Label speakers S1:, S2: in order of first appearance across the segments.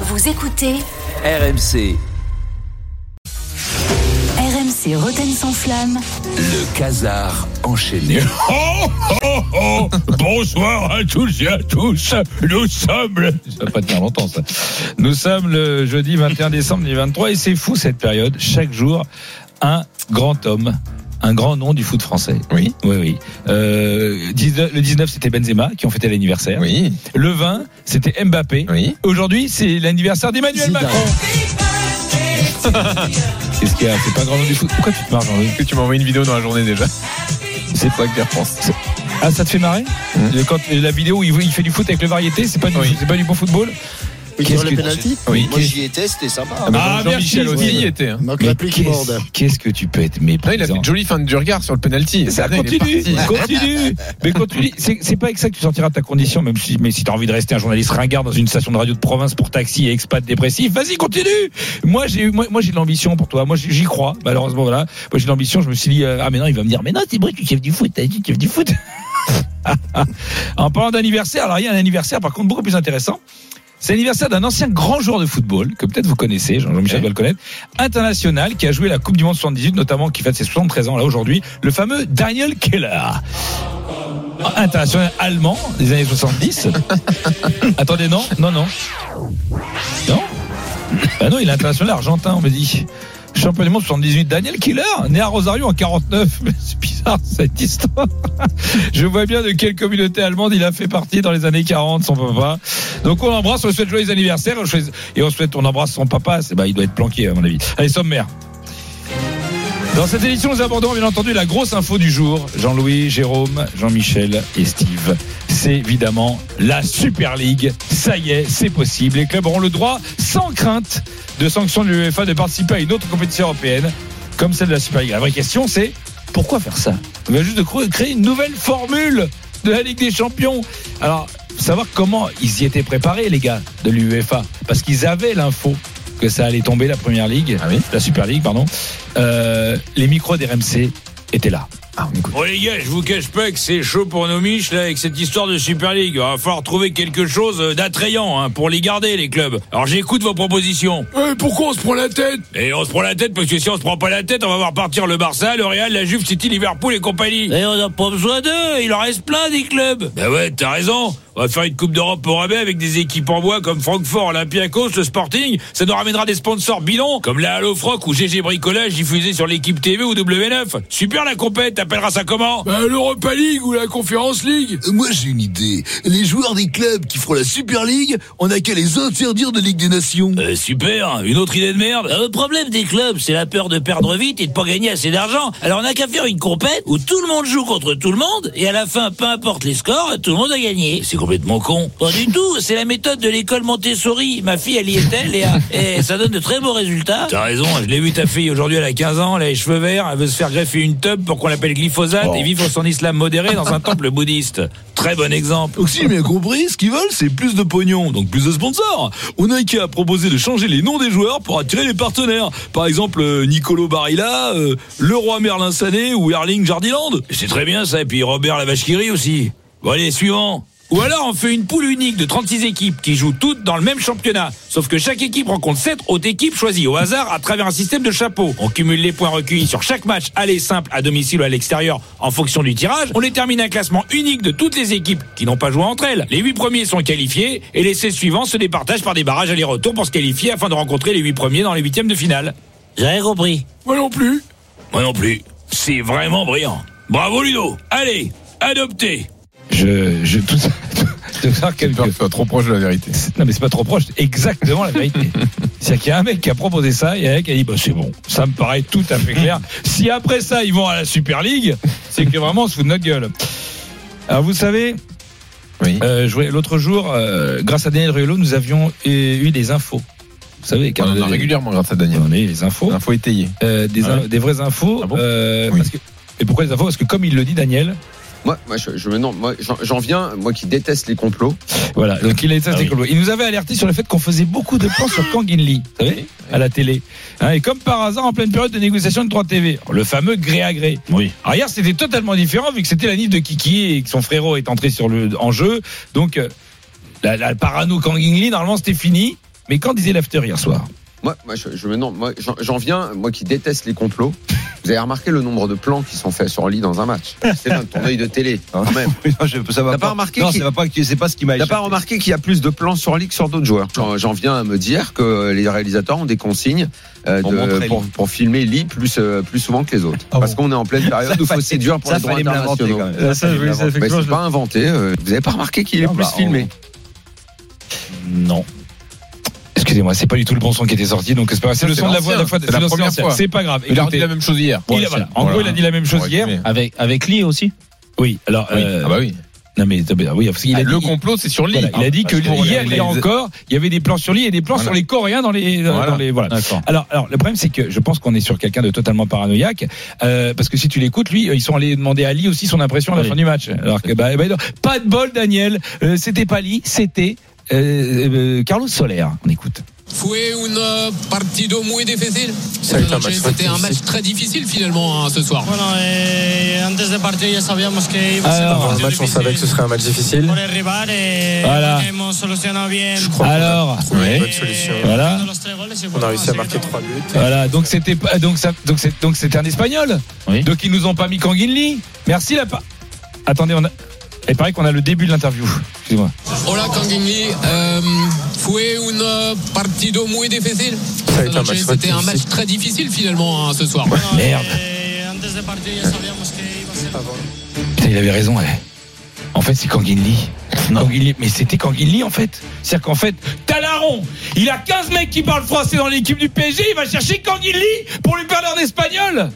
S1: Vous écoutez
S2: RMC,
S1: RMC Roten sans flamme.
S2: le casar enchaîné.
S3: Oh, Bonsoir à tous et à tous. Nous sommes. Le... Ça va pas tenir longtemps, ça. Nous sommes le jeudi 21 décembre 2023 et c'est fou cette période. Chaque jour, un grand homme. Un grand nom du foot français.
S4: Oui.
S3: Oui, oui. Euh, 19 le 19, c'était Benzema qui ont fêté l'anniversaire.
S4: Oui,
S3: Le 20, c'était Mbappé.
S4: oui.
S3: Aujourd'hui, c'est l'anniversaire d'Emmanuel
S4: Zidane.
S3: Macron. Qu'est-ce qu'il y a C'est pas un grand nom du foot. Pourquoi tu te marres, Jean-Louis
S4: Que tu m'as envoyé une vidéo dans la journée déjà. C'est pas que j'y repense.
S3: Ah, ça te fait marrer
S4: Mmh.
S3: Le- Quand la vidéo où il il fait du foot avec le variété, c'est pas, du-
S4: Oui.
S3: c'est pas du bon football
S5: Sur
S3: Qu'est-ce
S5: le
S3: que-
S5: penalty
S4: Oui.
S5: Moi j'y étais, c'était sympa. hein.
S4: Ah, bah,
S3: Ah,
S4: Jean-Michel
S3: merci,
S4: aussi
S3: Zidane.
S4: y était. hein.
S5: Donc
S3: Mais
S5: la pluie qui
S3: qu'est-ce-
S5: morde.
S3: Qu'est-ce que tu peux être
S4: Non, il a fait
S3: méprisant
S4: une jolie fin du regard sur le penalty.
S3: ça
S4: Zidane, il est
S3: continue,
S4: parti.
S3: continue. Mais continue. C'est c'est pas avec ça que tu sortiras de ta condition, même si, mais si t'as envie de rester un journaliste ringard dans une station de radio de province pour taxi et expat dépressif, vas-y, continue. Moi, j'ai, eu- moi, moi, j'ai de l'ambition pour toi. Moi, j'y j'y crois. Malheureusement, voilà. Moi, j'ai de l'ambition. Je me suis dit, euh, ah, mais non, il va me dire, mais non, c'est vrai, tu kiffes du foot. T'as dit, tu kiffes du foot. en parlant d'anniversaire, alors il y a un anniversaire, par contre, beaucoup plus intéressant. C'est l'anniversaire d'un ancien grand joueur de football, que peut-être vous connaissez, Jean-Michel
S4: Ouais.
S3: doit le connaître, international, qui a joué la Coupe du Monde 78, notamment, qui fête ses 73 ans, là, aujourd'hui, le fameux Daniel Keller. Ah, International allemand des années 70. Attendez, non, non, non. Non Bah non, il est international argentin, on me dit. Champion du monde 78, Daniel Killer, né à Rosario en 49. Mais C'est bizarre cette histoire. Je vois bien de quelle communauté allemande il a fait partie dans les années 40, son papa. Donc on l'embrasse, on lui souhaite joyeux anniversaire on lui souhaite- et on souhaite, on embrasse son papa. C'est- Bah, il doit être planqué à mon avis. Allez, sommaire. Dans cette édition, nous abordons bien entendu la grosse info du jour. Jean-Louis, Jérôme, Jean-Michel et Steve. C'est évidemment la Super League. Ça y est, c'est possible. Les clubs auront le droit, sans crainte, de sanctions de l'UEFA de participer à une autre compétition européenne, comme celle de la Super League. La vraie question, c'est pourquoi faire ça On va juste de cr- créer une nouvelle formule de la Ligue des Champions. Alors, savoir comment ils y étaient préparés, les gars, de l'UEFA, parce qu'ils avaient l'info que ça allait tomber la Première Ligue,
S4: Ah oui
S3: la Super League, pardon. Euh, les micros d'RMC étaient là.
S4: Ah, on écoute.
S6: Bon les gars, je vous cache pas que c'est chaud pour nos miches là avec cette histoire de Super League. Il va falloir trouver quelque chose euh, d'attrayant hein, pour les garder les clubs. Alors j'écoute vos propositions. pourquoi on se prend la tête Et on se prend la tête parce que si on se prend pas la tête, on va voir partir le Barça, le Real, la Juve, City, Liverpool et compagnie. Et on n'a pas besoin d'eux, il en reste plein des clubs. Bah ouais, t'as raison. On va faire une Coupe d'Europe au rabais avec des équipes en bois comme Francfort, Olympiakos, le Sporting. Ça nous ramènera des sponsors bilons comme la Halo Froc ou GG Bricolage diffusé sur l'équipe TV ou W9. Super la compète, t'appelleras ça comment L'Europa League ou la Conférence League
S7: Moi j'ai une idée. Les joueurs des clubs qui feront la Super League, on n'a qu'à les interdire de Ligue des Nations.
S6: Euh, super, une autre idée de merde. le Euh, problème des clubs, c'est la peur de perdre vite et de pas gagner assez d'argent. Alors on n'a qu'à faire une compète où tout le monde joue contre tout le monde et à la fin, peu importe les scores, tout le monde a gagné. C'est complètement con. Pas du tout, c'est la méthode de l'école Montessori. Ma fille, elle y était, Léa. Et ça donne de très beaux résultats. T'as raison, je l'ai vu ta fille aujourd'hui, elle a 15 ans, elle a les cheveux verts, elle veut se faire greffer une tub pour qu'on l'appelle glyphosate et vivre son islam modéré dans un temple bouddhiste. Très bon exemple.
S7: Donc si j'ai bien compris, ce qu'ils veulent c'est plus de pognon, donc plus de sponsors. On n'a qu'à proposer de changer les noms des joueurs pour attirer les partenaires. Par exemple, euh, Nicolo Barilla, euh, Leroy Merlin Sané ou Erling Jardiland.
S6: C'est très bien ça, et puis Robert Lavachkiri aussi. Bon allez, suivant. Ou alors on fait une poule unique de 36 équipes qui jouent toutes dans le même championnat. Sauf que chaque équipe rencontre 7 autres équipes choisies au hasard à travers un système de chapeaux. On cumule les points recueillis sur chaque match, aller simple, à domicile ou à l'extérieur, en fonction du tirage. On détermine un classement unique de toutes les équipes qui n'ont pas joué entre elles. Les 8 premiers sont qualifiés et les 16 suivants se départagent par des barrages aller-retour pour se qualifier afin de rencontrer les 8 premiers dans les huitièmes de finale. J'ai rien compris. Moi non plus. C'est vraiment brillant. Bravo Ludo. Allez, adoptez.
S3: Je, je, tout ça, de faire
S4: J'ai
S3: quelque
S4: peur que ce soit trop proche de la vérité.
S3: Non, mais c'est pas trop proche, c'est exactement la vérité. C'est-à-dire qu'il y a un mec qui a proposé ça et un mec qui a dit bah, c'est bon, ça me paraît tout à fait clair. Si après ça, ils vont à la Super League, c'est que vraiment, on se fout de notre gueule. Alors, vous savez,
S4: Oui.
S3: euh, je voulais- l'autre jour, euh, grâce à Daniel Riolo, nous avions euh, eu des infos. Vous savez,
S4: On
S3: car
S4: en a régulièrement grâce à Daniel.
S3: On a eu des infos,
S4: Info étayée.
S3: euh, des,
S4: Ah ouais.
S3: des vraies infos.
S4: Ah bon
S3: euh,
S4: Oui.
S3: parce que- et pourquoi des infos Parce que, comme il le dit, Daniel,
S8: Moi, moi, je, je me non, moi, j'en- j'en viens, moi qui déteste les complots.
S4: Ah
S3: Voilà, donc il, a été il nous avait alerté sur le fait qu'on faisait beaucoup de plans sur Kang In Lee, vous savez, à la télé. Hein, et comme par hasard, en pleine période de négociation de 3 TV, le fameux gré à gré.
S6: Oui.
S3: Alors hier, c'était totalement différent vu que c'était la niche de Kiki et que son frérot est entré sur le, en jeu. Donc, euh, la, la parano Kang In Lee, normalement, c'était fini. Mais quand disait l'after hier soir
S8: Moi, moi, je, je me demande, moi, j'en- j'en viens, moi qui déteste les complots. Vous avez remarqué le nombre de plans qui sont faits sur lit dans un match. C'est bien ton œil de télé, quand même.
S5: Non, je- ça va
S8: T'as pas remarqué
S5: Non,
S8: qu'il-
S5: ça va pas. C'est pas ce qui m'a.
S8: T'as
S5: échappé.
S8: pas remarqué qu'il y a plus de plans sur Ligue que sur d'autres joueurs J'en- J'en viens à me dire que les réalisateurs ont des consignes euh,
S5: Pour
S8: de-
S5: montrer
S8: pour, pour filmer Lee plus, euh, plus souvent que les autres.
S5: Ah
S8: Parce
S5: bon.
S8: qu'on est en pleine période
S5: Ça,
S8: où il faut
S5: fallait-
S8: séduire pour
S5: ça,
S8: les droits
S5: fallait me l'inventer,
S8: internationaux.
S5: quand même.
S9: Ça,
S5: fallait
S9: je-
S5: me l'inventer.
S8: Mais c'est pas inventé. euh, Vous avez pas remarqué qu'il est
S5: Non,
S8: plus
S5: bah, on-
S8: filmé
S3: Non. Excusez-moi, c'est pas du tout le bon son qui était sorti, donc c'est pas grave. C'est le
S4: c'est
S3: son de la voix
S4: l'ancien.
S3: de la fois.
S4: C'est la
S3: le
S4: première
S3: ancien.
S4: fois.
S3: C'est pas grave.
S4: Il a
S3: Écoutez,
S4: dit la même chose hier.
S3: il a- voilà. En gros, il a dit la même chose hier.
S9: Avec, avec Lee aussi.
S3: Oui, alors.
S4: Oui.
S3: euh,
S4: Ah bah oui.
S3: Non, mais attends, mais, oui, parce qu'il a
S4: Ah,
S3: dit-
S4: le complot, c'est sur Ah, l'île.
S3: voilà, il a dit que
S4: Parce qu'on
S3: hier,
S4: regarde
S3: il y a
S4: les-
S3: encore, il y avait des plans sur lui et des plans
S4: Voilà.
S3: sur les Coréens dans les. dans-
S4: Voilà.
S3: dans les voilà.
S9: D'accord.
S3: Alors, alors, le problème, c'est que je pense qu'on est sur quelqu'un de totalement paranoïaque, euh, parce que si tu l'écoutes, lui, euh, ils sont allés demander à Lee aussi son impression à la
S9: Oui.
S3: fin du match. Alors que, bah, bah, non. pas de bol, Daniel. Euh, c'était pas Lee, c'était euh, euh, Carlos Soler. On écoute.
S10: Fue un euh, partido muy difícil. Euh, C'était un match très difficile finalement hein, ce soir.
S11: Bueno, eh, antes de partido ya sabíamos que iba a ser un
S3: Alors,
S11: partido difícil
S10: serait Ah, un match difficile.
S11: por el rival. eh,
S3: Voilà.
S11: Hemos solucionado bien.
S3: alors,
S11: eh,
S10: bonne solution.
S3: Voilà.
S11: los tres goles y,
S10: On
S11: bueno,
S10: a réussi à
S11: así
S10: marquer
S11: que-
S10: 3 buts.
S3: voilà. Donc c'était pas, donc ça, donc c'est, donc c'était un Espagnol.
S9: Oui.
S3: Donc ils nous ont pas mis Kangin Lee. Merci la pa- Attendez, on a. Il paraît qu'on a le début de l'interview. Excusez-moi.
S10: Hola Kangin euh, fue un euh, partido muy difícil. Euh, C'était un match très difficile finalement hein, ce soir.
S11: Bueno,
S3: Merde.
S11: eh, antes de partido ya sabíamos que iba a ser.
S3: Putain, il avait raison, ouais. En fait, c'est Kangin Lee. Kangin Lee. Mais c'était Kangin Lee, en fait. C'est-à-dire qu'en fait, Talaron, il a 15 mecs qui parlent français dans l'équipe du PSG, il va chercher Kangin Lee pour lui parler en espagnol.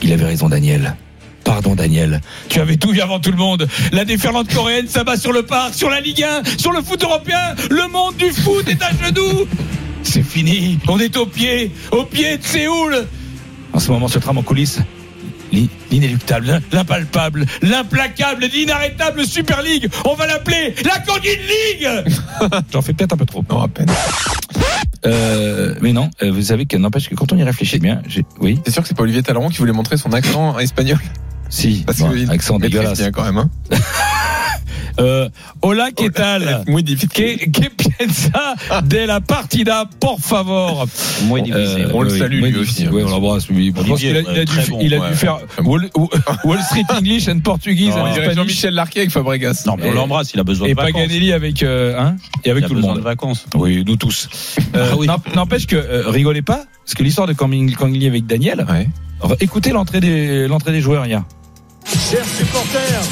S3: Il avait raison, Daniel. Pardon, Daniel. Tu avais tout vu avant tout le monde. La déferlante coréenne s'abat sur le parc, sur la Ligue 1, sur le foot européen. Le monde du foot est à genoux. C'est fini. On est au pied, au pied de Séoul. En ce moment, ce tram en coulisses, l'in- l'inéluctable, l'impalpable, l'implacable, l'inarrêtable Super League. On va l'appeler la Candide League. J'en fais peut-être un peu trop.
S4: Non, à peine.
S3: Euh, mais non, euh, vous savez que n'empêche que quand on y réfléchit bien, j'ai- oui,
S4: T'es sûr que c'est pas Olivier Talleyrand qui voulait montrer son accent espagnol
S3: si,
S4: Parce
S3: bon,
S4: que il
S3: accent
S4: maîtrise
S3: dégueulasse.
S4: bien quand même. Hein.
S3: Euh, hola, ¿qué tal?
S4: Muy difficile.
S3: Que, que piensa
S4: Ah.
S3: de la partida, por favor.
S9: Moi,
S3: Euh,
S4: On le
S3: oui,
S4: salue,
S3: oui,
S4: lui aussi.
S3: Oui, on l'embrasse. lui. Je pense
S9: hein, Olivier,
S3: qu'il a, il a
S9: ouais,
S3: dû,
S9: très bon,
S3: il a
S4: ouais,
S3: dû faire
S4: très bon.
S3: Wall, Wall Street English and Portuguese and
S9: Non,
S4: On dirait
S3: Spanish.
S4: Jean-Michel Larquet avec Fabregas.
S9: Non, mais on l'embrasse, il a besoin
S3: Et
S9: de vacances.
S3: Paganelli avec euh, hein et
S9: Il
S3: avec
S9: a
S3: tout le
S9: besoin
S3: monde.
S9: de vacances.
S3: Oui, nous tous. Euh, n'emp- N'empêche que euh, rigolez pas, parce que l'histoire de Kangin Kangin avec Daniel.
S4: Ouais.
S3: re- Écoutez l'entrée des l'entrée des joueurs hier.
S11: Chers supporters,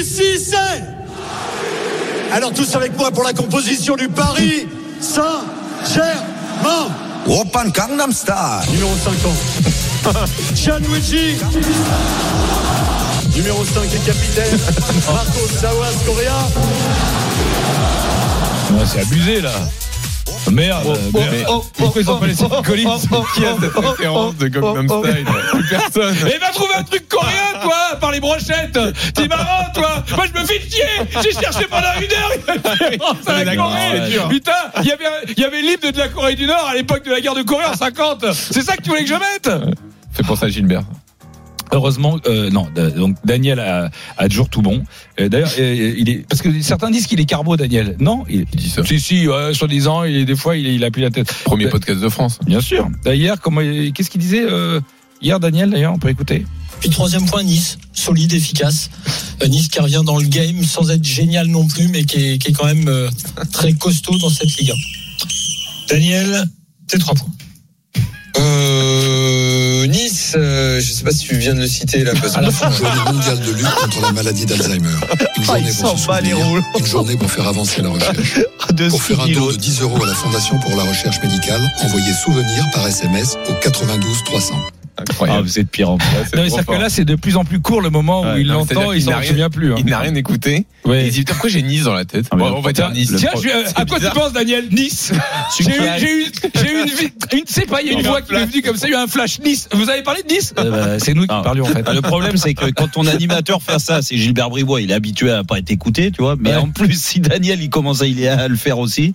S11: ici c'est. Alors tous avec moi pour la composition du Paris Saint-Germain. Numéro 50. Gianluigi. Numéro 5 et capitaine. Marcos Sawas Correa.
S3: Ouais, c'est abusé là. Merde.
S9: Oh,
S3: merde. Pourquoi ils ont pas laissé Nicolis
S4: Qui a
S3: Oh,
S4: cette référence de Gangnam Style Plus personne.
S3: Mais va trouver un truc coréen, toi, par les brochettes. T'es marrant, toi. Moi, je me fais chier. J'ai cherché pendant une heure. une référence à Oh, la
S4: d'accord,
S3: Corée.
S4: c'est dur.
S3: Putain, il y avait, il y avait l'hymne de la Corée du Nord à l'époque de la guerre de Corée en 50. C'est ça que tu voulais que je mette
S4: Fais penser à Gilbert.
S3: Heureusement, euh, non. da- Donc Daniel a, a toujours tout bon. Euh, D'ailleurs, euh, il est parce que certains disent qu'il est carbo, Daniel. Non, il,
S4: Il dit ça.
S3: si si, euh, soi-disant, il est- des fois il, il appuie la tête.
S4: Premier
S3: Euh,
S4: podcast de France.
S3: Bien sûr. D'ailleurs, comment, il- qu'est-ce qu'il disait euh, hier, Daniel D'ailleurs, on peut écouter.
S11: Puis troisième point, Nice, solide, efficace. Euh, Nice qui revient dans le game sans être génial non plus, mais qui est, qui est quand même euh, très costaud dans cette Ligue 1. Daniel, tes trois points.
S8: Euh, Nice, euh, je sais pas si tu viens de le citer là, parce que
S11: Journée mondiale de lutte contre la maladie d'Alzheimer. Une journée pour se souvenir, une journée pour faire avancer la recherche. Pour faire un don Ah, de 10 euros à la Fondation pour la recherche médicale, envoyez souvenir par SMS au 92 300.
S4: Incroyable.
S9: Ah, vous êtes pire en
S4: Ouais, c'est
S3: Non, mais
S4: trop
S3: c'est-à-dire que
S4: fort.
S3: là, c'est de plus en plus court le moment où
S4: Ouais,
S3: il
S4: non,
S3: l'entend,
S4: c'est-à-dire
S3: il
S4: qu'il n'a
S3: s'en
S4: rien-
S3: souvient plus. hein.
S4: Il n'a rien écouté.
S3: Ouais.
S4: Et Il se dit Putain, pourquoi j'ai Nice dans la tête
S9: Ah, mais
S4: Bon,
S9: le
S4: On va dire
S3: Tiens,
S4: Nice. Ah,
S3: tiens, je- euh, à quoi tu
S4: bizarre.
S3: penses, Daniel Nice J'ai eu, j'ai eu, j'ai eu une, vie- une, c'est pas, il y a une
S4: Non,
S3: voix
S4: mais
S3: qui m'est venue comme ça, il y a eu un flash Nice. Vous avez parlé de Nice Euh, bah, C'est nous qui
S9: Ah.
S3: parlions en fait.
S9: Le problème, c'est que quand ton animateur fait ça, c'est Gilbert Bribois, il est habitué à pas être écouté, tu vois. Mais
S3: Ouais.
S9: en plus, si Daniel, il commence à, il est à le faire aussi,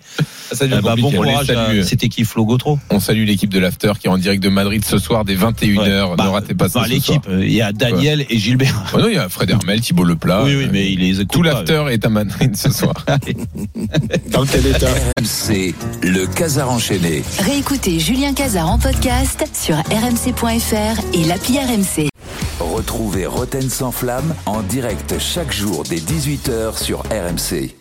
S4: Ça
S9: eh
S4: devient
S9: bah, bon
S4: compliqué. Ah On les
S9: courage. à-
S4: salue.
S9: C'était qui Flo Gautreau
S4: On salue l'équipe de l'After qui est en direct de Madrid ce soir dès 21 21h.
S9: Bah,
S4: ne ratez pas ça.
S9: Dans
S4: ce
S9: l'équipe,
S4: soir.
S9: euh, il y a Daniel et Gilbert.
S4: Ah non, il y a Fred Hermel, Thibault Leplat.
S9: Oui, oui,
S4: euh,
S9: mais il les écoute
S4: Tout
S9: pas,
S4: l'after est à Madrid ce soir.
S5: Dans quel état
S2: RMC, le Casar enchaîné.
S1: Réécoutez Julien Cazard en podcast sur rmc.fr et l'appli RMC.
S2: Retrouvez Roten sans flamme en direct chaque jour dès 18h sur RMC.